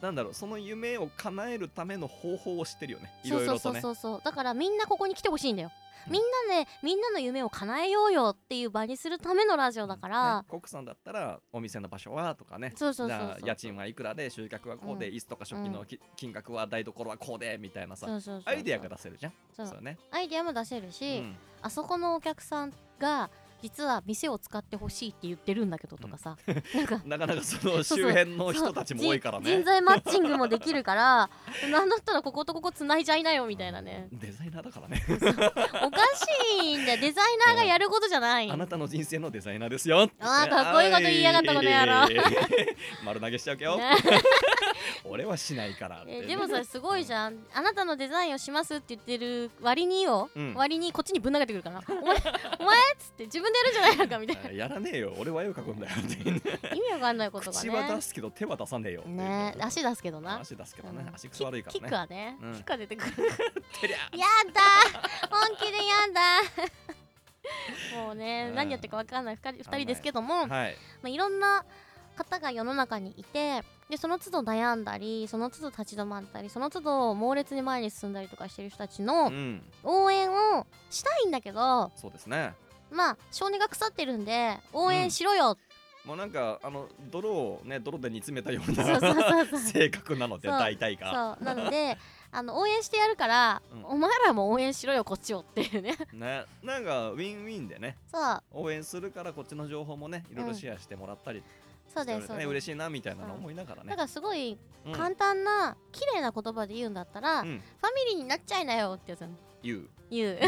Speaker 3: なんだろうその夢を叶えるための方法を知ってるよねいろいろと
Speaker 1: そうそう
Speaker 3: ね
Speaker 1: そうそうだからみんなここに来てほしいんだよ、
Speaker 3: うん
Speaker 1: みんなねみんなの夢を叶えようよっていう場にするためのラジオだから、
Speaker 3: ねコックさんだったらお店の場所はとかね
Speaker 1: そうそうそうそう
Speaker 3: じゃあ家賃はいくらで集客はこうで、
Speaker 1: うん
Speaker 3: 椅子とか食器のき、金額は台所はこうでみたいなさ
Speaker 1: そうそうそうそう
Speaker 3: アイディアが出せるじゃん
Speaker 1: そう
Speaker 3: そうね、
Speaker 1: アイデアも出せる
Speaker 3: う
Speaker 1: し、
Speaker 3: ん、
Speaker 1: あそこのお客さんが実は店を使ってほしいって言ってるんだけどとかさ、なんか
Speaker 3: なかなかその
Speaker 1: そう
Speaker 3: 周辺の人たちも多いから
Speaker 1: そう人
Speaker 3: ね
Speaker 1: 人材マッチングもできるから なんだったらこことここ繋いじゃいなよみたいなね
Speaker 3: デザイナーだからね
Speaker 1: おかしいんだよデザイナーがやることじゃない
Speaker 3: あなたの人生のデザイナーですよ
Speaker 1: あーかっこいいこと言いやがったこの野郎
Speaker 3: 郎 丸投げしちゃうけど、
Speaker 1: ね
Speaker 3: 俺はしないからってね、
Speaker 1: えでもさすごいじゃんあなたのデザインをしますって言ってる割によ、
Speaker 3: うん
Speaker 1: 割にこっちにぶん投げてくるからお前お前っつって自分でやるんじゃないのかみた
Speaker 3: あ
Speaker 1: い
Speaker 3: やらねえよ俺は絵を描くんだよ って、
Speaker 1: な意味わかんないことが
Speaker 3: 口は
Speaker 1: ね
Speaker 3: 出すけど手は出さねえよっていう
Speaker 1: ね足出すけどな
Speaker 3: 足出すけど
Speaker 1: う
Speaker 3: ね
Speaker 1: ん
Speaker 3: 足くそ悪いか
Speaker 1: キック
Speaker 3: らね
Speaker 1: はね、
Speaker 3: うん
Speaker 1: キックは出てくる
Speaker 3: てりゃ
Speaker 1: やだ本気でやだ もうね、
Speaker 3: うん
Speaker 1: 何やってるか分かんない2人二人ですけども、ま
Speaker 3: はい
Speaker 1: あ、いろんな方が世の中にいてでその都度悩んだりその都度立ち止まったりその都度猛烈に前に進んだりとかしてる人たち
Speaker 3: う
Speaker 1: の
Speaker 3: ん
Speaker 1: 応援をしたいんだけど
Speaker 3: そうですね
Speaker 1: まあ性根が腐ってるんで応援しろよ、
Speaker 3: もうなんかあの泥をね泥で煮詰めたよ う
Speaker 1: そうそ
Speaker 3: な
Speaker 1: うそうそう
Speaker 3: 性格なので
Speaker 1: そう
Speaker 3: 大体が
Speaker 1: そうなのであの応援してやるから、
Speaker 3: うん
Speaker 1: お前らも応援しろよこっちをってい うね
Speaker 3: ねなんかウィンウィンでね
Speaker 1: そう
Speaker 3: 応援するからこっちの情報もねいろいうろ
Speaker 1: ん
Speaker 3: シェアしてもらったり
Speaker 1: そうですそう
Speaker 3: ね
Speaker 1: です、
Speaker 3: 嬉しいなみたいなの思いながら
Speaker 1: だ
Speaker 3: ね
Speaker 1: からすごい
Speaker 3: うん
Speaker 1: 簡単な綺麗な言葉で言うんだったら、
Speaker 3: う
Speaker 1: ファ
Speaker 3: ん
Speaker 1: ミリーになっちゃいなよってやつなの
Speaker 3: 言う
Speaker 1: 言う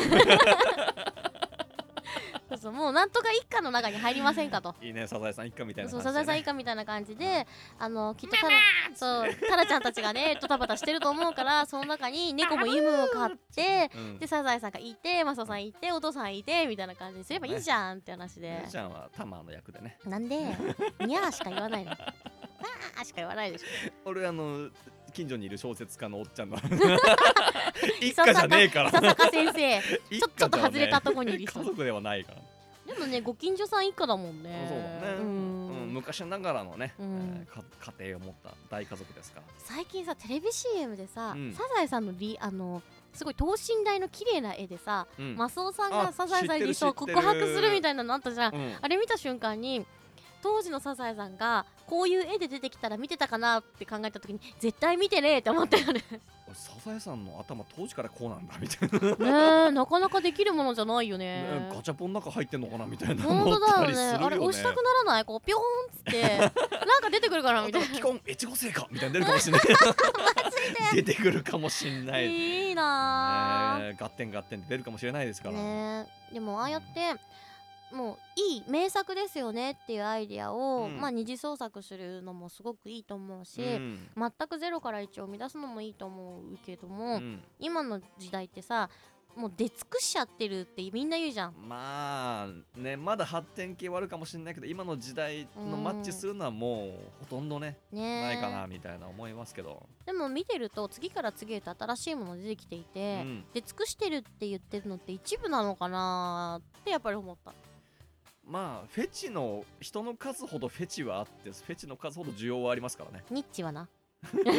Speaker 1: そうそうもうなんとか一家の中に入りませんかと
Speaker 3: いいねサザエさん一家みたいな
Speaker 1: そう
Speaker 3: 感
Speaker 1: サ
Speaker 3: じ
Speaker 1: ザ
Speaker 3: で
Speaker 1: エさ
Speaker 3: ね
Speaker 1: ん以下みたいな感じであのきっとタラそうタラちゃんたちがねドタバタしてると思うからその中に猫も犬を飼って
Speaker 3: うん
Speaker 1: でサザエさんがいてマサさんいてお父さんいてみたいな感じにすればいいじゃんって話で
Speaker 3: 姉ちゃんはタマの役でね
Speaker 1: なんで「にゃー」しか言わな いの「わー」しか言わないでしょ
Speaker 3: 俺あの近所にいる小説家のおっちゃ んの一家じゃねえから
Speaker 1: 笹坂先生
Speaker 3: ち
Speaker 1: ちょちょっと外れたとこにいる
Speaker 3: 家
Speaker 1: 人
Speaker 3: 族ではないから
Speaker 1: でもねご近所さん一家だもんね
Speaker 3: そうだね、
Speaker 1: う
Speaker 3: うん
Speaker 1: ん
Speaker 3: 昔ながらのね、
Speaker 1: うん
Speaker 3: えーか家庭を持った大家族ですから
Speaker 1: 最近さテレビ CM でさ、
Speaker 3: うん
Speaker 1: サザエさんのりあのすごい等身大の綺麗な絵でさ、
Speaker 3: うん
Speaker 1: マスオさんが
Speaker 3: あ
Speaker 1: サザエさ
Speaker 3: 知
Speaker 1: ん
Speaker 3: って
Speaker 1: に
Speaker 3: る
Speaker 1: そう
Speaker 3: 知って
Speaker 1: 告
Speaker 3: る
Speaker 1: 白するみたいなのあったじゃん、
Speaker 3: うん
Speaker 1: あれ見た瞬間に当時のサザエさんがこういう絵で出てきたら見てたかなって考えた時に絶対見てねえって思ったよね
Speaker 3: 俺サザエさんの頭当時からこうなんだみたいな、
Speaker 1: ねえなかなかできるものじゃないよね
Speaker 3: ねガチャポンの中入ってんのかなみたいな
Speaker 1: 本当
Speaker 3: 思
Speaker 1: だ
Speaker 3: った
Speaker 1: よ
Speaker 3: り
Speaker 1: ね
Speaker 3: するよね
Speaker 1: あれ押したくならないこうピョーンっつって なんか出てくるからみたいな
Speaker 3: 既婚越後製かみたいなの出るかもしれ ない出てくるかもしれない、ね
Speaker 1: いいなあ
Speaker 3: えガッテンガッテンで出るかもしれないですから、
Speaker 1: ねえでもああやってもういい名作ですよねっていうアイディアを、
Speaker 3: うん
Speaker 1: まあ、二次創作するのもすごくいいと思うし、
Speaker 3: うん
Speaker 1: 全くゼロから1を生み出すのもいいと思うけども、
Speaker 3: うん
Speaker 1: 今の時代ってさもう出尽くしちゃってるってみんな言うじゃん。
Speaker 3: まあねまだ発展系はあるかもしれないけど今の時代のマッチするのはもうほとんどね
Speaker 1: ね
Speaker 3: ないかなみたいな思いますけど、
Speaker 1: でも見てると次から次へと新しいもの出てきていて、
Speaker 3: うん
Speaker 1: 出尽くしてるって言ってるのって一部なのかなってやっぱり思った。
Speaker 3: まあフェチの人の数ほどフェチはあってフェチの数ほど需要はありますからね
Speaker 1: ニッチはない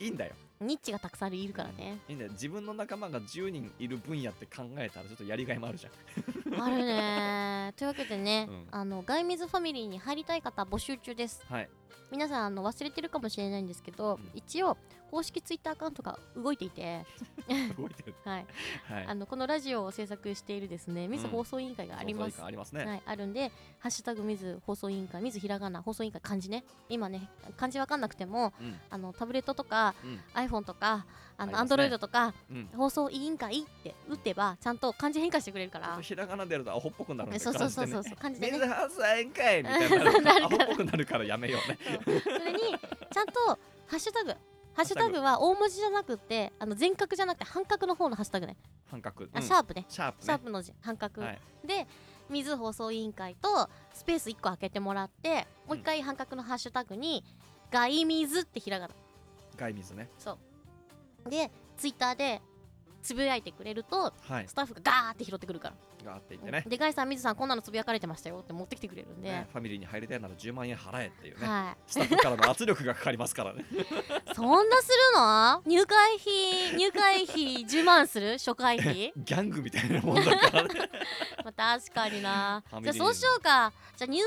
Speaker 3: いんだよ
Speaker 1: ニッチがたくさんいるからね。
Speaker 3: いいんだよ自分の仲間が10人いる分野って考えたらちょっとやりがいもあるじゃん
Speaker 1: あるねー。というわけでね、
Speaker 3: うん
Speaker 1: あのガイミズファミリーに入りたい方募集中です。
Speaker 3: はい
Speaker 1: 皆さんあの忘れてるかもしれないんですけど、
Speaker 3: うん
Speaker 1: 一応公式ツイッターアカウントが動いていて、
Speaker 3: 動いてる
Speaker 1: はい、
Speaker 3: はい
Speaker 1: あのこのラジオを制作しているですね、ミス
Speaker 3: うん
Speaker 1: 放送委員会があります。
Speaker 3: ありますね、
Speaker 1: はい、あるんで、ハッシュタグミズ放送委員会、ミズひらがな放送委員会漢字ね、今ね、漢字わかんなくても、
Speaker 3: うん
Speaker 1: あのタブレットとか
Speaker 3: うん
Speaker 1: iPhone とか、あの
Speaker 3: ありますね
Speaker 1: Android とか、
Speaker 3: うんちょ
Speaker 1: 放送委員会って打てば、ちゃんと漢字変化してくれるか
Speaker 3: っ
Speaker 1: ら
Speaker 3: と、ひらがなでやるとアホっぽくなるんで
Speaker 1: そうそうそうそう
Speaker 3: う
Speaker 1: そう、漢字で
Speaker 3: 水
Speaker 1: ね、
Speaker 3: はさんかいみたいな
Speaker 1: な
Speaker 3: ア
Speaker 1: る
Speaker 3: ホ
Speaker 1: か
Speaker 3: っ
Speaker 1: ら
Speaker 3: ぽくなるからやめようね
Speaker 1: そうそれに、ちゃんとハッシュタグ、ハッシュタグは大文字じゃなくて、あの全角じゃなくて、半角の方のハッシュタグね、
Speaker 3: 半角
Speaker 1: あ
Speaker 3: うん
Speaker 1: シャープね、
Speaker 3: シャープね
Speaker 1: シャープの字半角、
Speaker 3: はい
Speaker 1: で水放送委員会とスペース1個開けてもらってもう一回半角のハッシュタグに「ガイミズ」ってひらがな
Speaker 3: 外水ね
Speaker 1: そうでツイッターでつぶやいてくれると
Speaker 3: はい
Speaker 1: スタッフがガーって拾ってくるから、
Speaker 3: があっていってね
Speaker 1: でガイさん水さんこんなのつぶやかれてましたよって持ってきてくれるんで、
Speaker 3: ねファミリーに入りたいなら10万円払えっていうね、
Speaker 1: は
Speaker 3: スタッフからの圧力がかかりますから ね
Speaker 1: い、そんなするの入会費入会費10万する初回費
Speaker 3: ギャングみたいなもんだからね
Speaker 1: まあ確か にな
Speaker 3: ファミ
Speaker 1: じゃ
Speaker 3: リー
Speaker 1: あそうしようかじゃあ入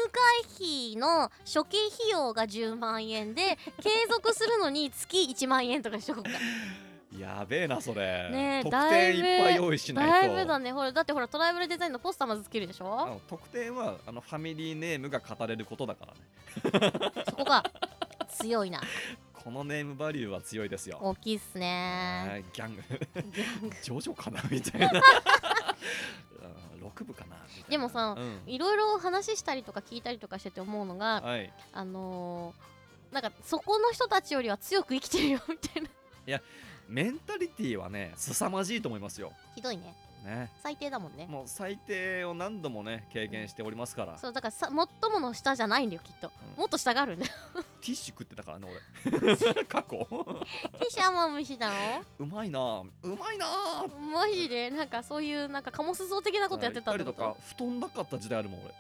Speaker 1: 会費の初期費用が10万円で継続するのに月1万円とかしとこうか
Speaker 3: やべえなそれ
Speaker 1: ねえ
Speaker 3: 特
Speaker 1: だい
Speaker 3: 典
Speaker 1: ぶ
Speaker 3: いっぱい用意しな
Speaker 1: だ
Speaker 3: い
Speaker 1: い
Speaker 3: と
Speaker 1: ぶだねほらだってほらトライブルデザインのポスターまずつけるでし
Speaker 3: あ
Speaker 1: ょ
Speaker 3: の特典はあのファミリーネームが語れることだからね
Speaker 1: そこが強いな
Speaker 3: このネームバリューは強いですよ
Speaker 1: 大きいっす
Speaker 3: は
Speaker 1: ね
Speaker 3: いギャング
Speaker 1: ギャング
Speaker 3: ジョジョかなみ たいなうん6部かなみたいな
Speaker 1: でもさ
Speaker 3: うん
Speaker 1: いろいろ話したりとか聞いたりとかしてて思うのが
Speaker 3: はい
Speaker 1: あのーなんかそこの人たちよりは強く生きてるよみたいな
Speaker 3: メンタリティーはね凄まじいと思いますよ
Speaker 1: ひどいね
Speaker 3: ね
Speaker 1: 最低だもんね
Speaker 3: もう最低を何度もね経験しておりますから
Speaker 1: そうだからさ最もの下じゃないんだよきっと
Speaker 3: うん
Speaker 1: もっと下があるんだよ
Speaker 3: ティッシュ食ってたからね俺 過去
Speaker 1: ティッシュアマムシだろ
Speaker 3: うまいなあうまいなあ
Speaker 1: マジでなんかそういうなんかカモス像的なことやってたって
Speaker 3: り
Speaker 1: ことと
Speaker 3: か布団なかった時代あるもん俺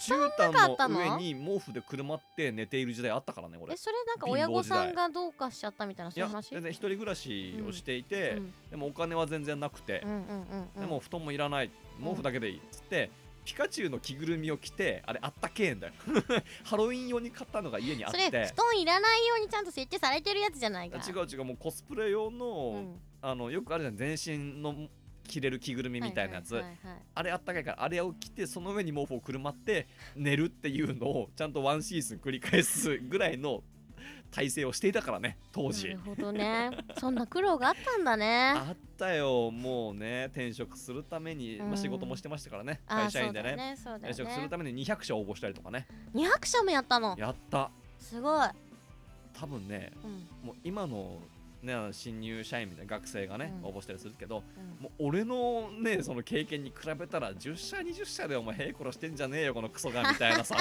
Speaker 3: 絨毯の上に毛布でくるまって寝ている時代あったからね俺
Speaker 1: え
Speaker 3: い
Speaker 1: それなんか
Speaker 3: 貧乏
Speaker 1: 親御さ
Speaker 3: 時
Speaker 1: ん
Speaker 3: 代
Speaker 1: がどうかしちゃったみたいなそうい
Speaker 3: や
Speaker 1: う話
Speaker 3: 全然一人暮らしをしていて、
Speaker 1: うん
Speaker 3: でもお金は全然なくて
Speaker 1: う、んうんうん
Speaker 3: でも布団もいらない毛布だけでいいっつって、ピカチュウの着ぐるみを着てあれあったけえんだよ ハロウィン用に買ったのが家にあっ
Speaker 1: それ布
Speaker 3: て
Speaker 1: 団いらないようにちゃんと設置されてるやつじゃないか
Speaker 3: 違う違うもうコスプレ用の,、
Speaker 1: うん
Speaker 3: あのよくあるじゃん全身の着れる着ぐるみみたいなやつ、
Speaker 1: はいはいはいはい
Speaker 3: あれあったかいからあれを着てその上に毛布をくるまって寝るっていうのをちゃんとワンシーズン繰り返すぐらいの体制をしていたからね当
Speaker 1: な
Speaker 3: 時
Speaker 1: るほどねそんな苦労があったんだね
Speaker 3: あったよもうね転職するために、ま
Speaker 1: う
Speaker 3: あ、
Speaker 1: ん
Speaker 3: 仕事もしてましたからね
Speaker 1: あー
Speaker 3: 会社員でね
Speaker 1: そうだよね
Speaker 3: 転
Speaker 1: そう
Speaker 3: 職
Speaker 1: だ
Speaker 3: す
Speaker 1: よ
Speaker 3: る
Speaker 1: ね
Speaker 3: ために200社応募したりとかね
Speaker 1: 200社もやったの
Speaker 3: やった
Speaker 1: すごい
Speaker 3: 多分ね
Speaker 1: うん
Speaker 3: もう今の、ね、あの新入社員みたいな学生がね、
Speaker 1: うん
Speaker 3: 応募したりするけど
Speaker 1: うん
Speaker 3: もう俺のねその経験に比べたら10社20社でお前へいころしてんじゃねえよこのクソがみたいな さ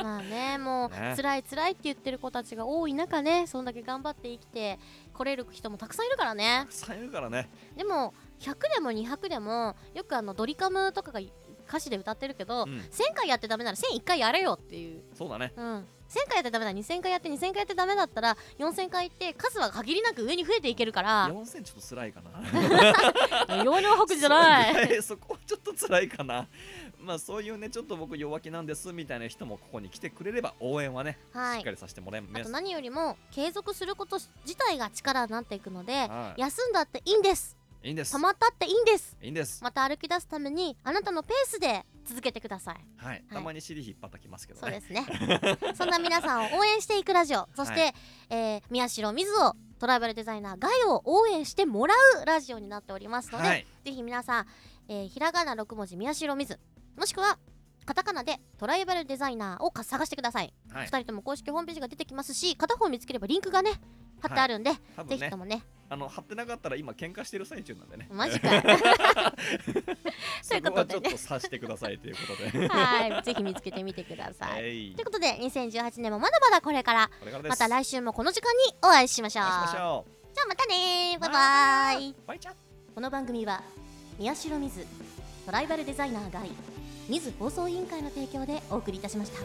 Speaker 1: ま あねもう
Speaker 3: ね
Speaker 1: 辛い辛いって言ってる子たちが多い中ねそんだけ頑張って生きてこれる人もたくさんいるからね
Speaker 3: さえるからね
Speaker 1: でも100でも200でもよくあのドリカムとかが歌詞で歌ってるけど、
Speaker 3: うん
Speaker 1: 1000回やってダメなら1001回やれよっていう、
Speaker 3: そうだね
Speaker 1: うん、1000回やってダメなら2000回やって2000回やってダメだったら4000回って数は限りなく上に増えていけるから
Speaker 3: 4000ちょっと辛いかな
Speaker 1: 容量白じゃない
Speaker 3: い そこはちょっと辛いかなまあそういうねちょっと僕弱気なんですみたいな人もここに来てくれれば応援はね、
Speaker 1: は
Speaker 3: しっか
Speaker 1: い
Speaker 3: りさせてもらいま
Speaker 1: あと
Speaker 3: す
Speaker 1: 何よりも継続すること自体が力になっていくので
Speaker 3: はい
Speaker 1: 休んだっていいんです
Speaker 3: いいんです
Speaker 1: たまったっていいんです
Speaker 3: いいんです、
Speaker 1: また歩き出すためにあなたのペースで続けてください
Speaker 3: はい、たまに尻引っ張ったきますけど
Speaker 1: そう
Speaker 3: ね
Speaker 1: ですねそんな皆さんを応援していくラジオそして、
Speaker 3: は
Speaker 1: えー宮代水をトライバルデザイナーガイを応援してもらうラジオになっておりますので、
Speaker 3: はい
Speaker 1: ぜひ皆さん、えーひらがな6文字宮代水もしくはカタカナでトライバルデザイナーをか探してください、
Speaker 3: は
Speaker 1: 二
Speaker 3: い
Speaker 1: 人とも公式ホームページが出てきますし片方見つければリンクがね貼ってあるんで、
Speaker 3: 多分
Speaker 1: ぜひ
Speaker 3: ね
Speaker 1: ともね
Speaker 3: あの貼ってなかったら今喧嘩してる最中なんでね
Speaker 1: マジかという
Speaker 3: そ
Speaker 1: こ
Speaker 3: ことはち
Speaker 1: で
Speaker 3: ょっと
Speaker 1: ね
Speaker 3: 察してくださいという ことで
Speaker 1: はいぜひ見つけてみてくださ
Speaker 3: はいい
Speaker 1: ということで2018年もまだまだこれから
Speaker 3: これからです
Speaker 1: また来週もこの時間にお会いしましょう
Speaker 3: お会いしましょ
Speaker 1: じゃあまたねーバイバイ
Speaker 3: うバイチャ
Speaker 1: この番組は宮代水トライバルデザイナーがい水放送委員会の提供でお送りいたしました。